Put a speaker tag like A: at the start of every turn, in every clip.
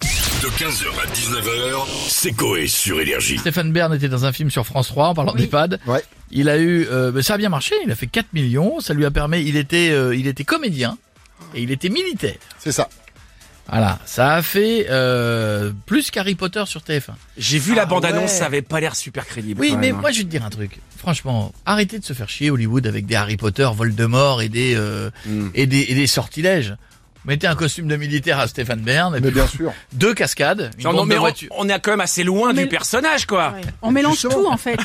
A: De 15h à 19h, c'est Coé sur Énergie.
B: Stéphane Bern était dans un film sur France 3 en parlant d'EHPAD.
C: Ouais.
B: Il a eu, euh, ben, ça a bien marché. Il a fait 4 millions. Ça lui a permis. Il était, euh, il était comédien et il était militaire.
C: C'est ça.
B: Voilà, ça a fait euh, plus qu'Harry Potter sur TF1.
D: J'ai vu la
C: Ah
D: bande-annonce,
C: ouais.
D: ça avait pas l'air super crédible.
B: Oui,
D: quand
B: mais
D: même, hein.
B: moi je vais te dire un truc. Franchement, arrêtez de se faire chier Hollywood avec des Harry Potter, Voldemort et des euh,
C: Hmm.
B: et des et des sortilèges. Mettez un costume de militaire à Stéphane Bern et
C: Mais
B: puis
C: bien sûr.
B: deux cascades, une
D: Genre, non,
B: bombe de
D: mais on,
B: voiture.
D: on est quand même assez loin
E: Mais-
D: du personnage, quoi.
E: Ouais. On mélange
C: Justement.
E: tout en fait.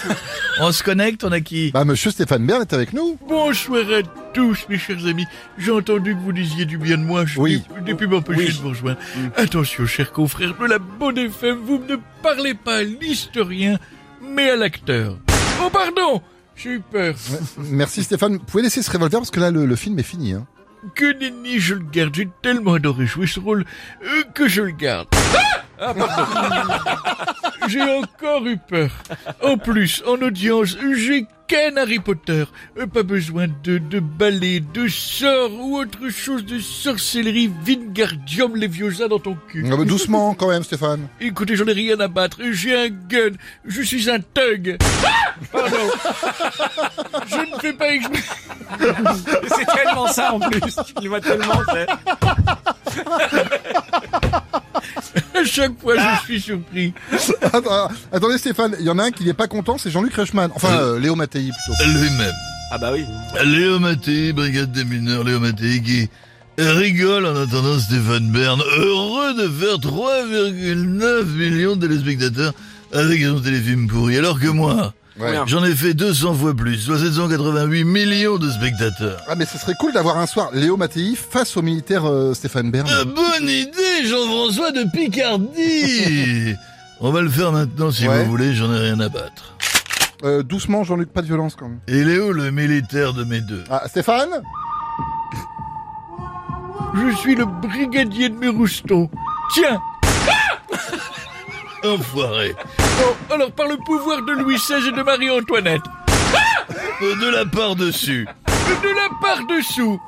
B: On se connecte, on a qui
C: Bah, monsieur Stéphane Bern est avec nous.
F: Bonsoir à tous, mes chers amis. J'ai entendu que vous disiez du bien de moi. Je
C: Oui.
F: n'ai- n'ai pu m'empêcher
C: Oui. Mm.
F: de vous rejoindre. Attention, chers confrères de la bonne FM, vous ne parlez pas à l'historien, mais à l'acteur. Oh, pardon J'ai eu peur.
C: Merci Stéphane. Vous pouvez laisser se révolter parce que là, le, le film est fini. Hein.
F: Que nenni, je le garde. J'ai tellement adoré jouer ce rôle euh, que je le garde. Ah Ah, pardon. J'ai encore eu peur. En plus, en audience, j'ai qu'un Harry Potter. Euh, Pas besoin de, de balai, de sort ou autre chose de sorcellerie Vingardium Leviosa dans ton cul.
C: Ah bah, doucement quand même, Stéphane.
F: Écoutez, j'en ai rien à battre. J'ai un gun. Je suis un thug. Ah Pardon. Je ne fais pas exprès.
D: C'est tellement ça, en plus. Il m'a tellement fait.
F: À chaque fois, je suis surpris.
C: Attends, Ah, bah, attendez, Stéphane, il y en a un qui n'est pas content, c'est Jean-Luc Reichmann. Enfin, euh, Léo Mattei plutôt.
F: Lui-même.
D: Ah bah oui.
F: Léo Mattei, brigade des mineurs, Léo Mattei qui rigole en attendant Stéphane Bern, heureux de faire 3,9 millions de téléspectateurs avec son téléfilm pourri, alors que moi,
C: Ouais.
D: Bien.
F: j'en ai fait 200 fois plus, soit 788 millions de spectateurs.
C: Ah, mais ce serait cool d'avoir un soir Léo Mattei face au militaire euh, Stéphane Bern.
F: Ah, bonne idée, Jean-François de Picardie On va le faire maintenant si
C: Ouais.
F: vous voulez, j'en ai rien à battre.
C: Euh, doucement, Jean-Luc, pas de violence quand même.
F: Il est où le militaire de mes deux
C: Ah, Stéphane
F: Je suis le brigadier de mes roustons. Tiens
C: Ah
B: Enfoiré.
F: Oh, alors par le pouvoir de Louis XVI et de Marie-Antoinette,
B: Euh, De la part dessus.
F: de la part dessous.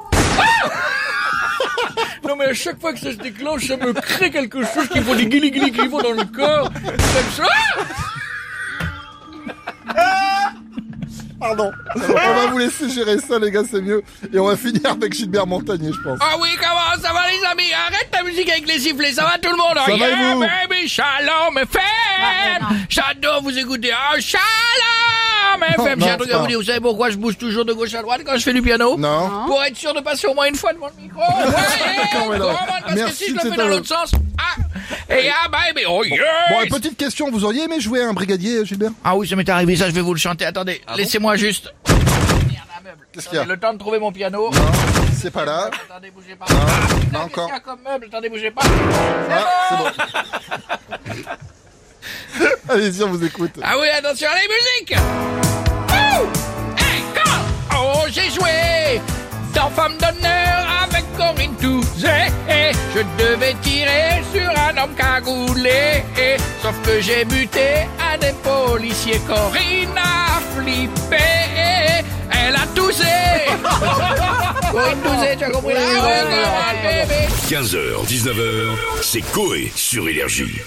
F: non mais à chaque fois que ça se déclenche, ça me crée quelque chose qui vaut des guilis qui vont dans le corps. Ça me sort.
C: Pardon. on va vous laisser gérer ça, les gars, c'est mieux. Et on va finir avec Gilbert Montagnier, je pense.
F: Ah oui, comment ça va les amis Arrête ta musique avec les sifflets, ça va tout le monde hein?
C: Ça va, et vous
F: baby, shalom
E: Ah, non, non.
F: FM J'adore vous écouter, oh shalom FM
C: non,
F: J'ai un truc
C: c'est
F: à
C: pas.
F: vous dire, vous savez pourquoi je bouge toujours de gauche à droite quand je fais du piano
C: Non.
F: Pour être sûr de passer au moins une fois devant le micro. Ouais,
C: D'accord, ouais, non.
F: comment, parce
C: Merci,
F: que si je
C: c'est
F: le fais dans
C: un-
F: l'autre sens. Ah, et ah, baby, oh
C: Bon, et
F: yes.
C: petite question, vous auriez aimé jouer un brigadier, Gilbert
B: Ah oui, ça m'est arrivé, ça je vais vous le chanter. Attendez, laissez-moi juste. Merde, un meuble.
C: Qu'est-ce qu'il y a
B: Attendez, Le temps de trouver mon piano.
C: C'est pas là.
B: Attendez, bougez pas.
C: Ah, Là encore.
B: Qu'est-ce qu'il y a comme meuble Attendez, bougez pas.
C: Ah, c'est bon. Allez-y, on vous écoute.
F: Ah oui, attention à la musique. Wouh Hey, go Oh, j'ai joué dans Femme d'honneur avec Corinne Touzé. Et Je devais tirer sur un homme cagoulé. Et Sauf que j'ai buté à des policiers. Corinne a flippé. Et Elle a toussé. Corinne Touzé, tu as compris là Ah ouais, come on, baby.
A: 15h, 19h, c'est Coé sur Énergie.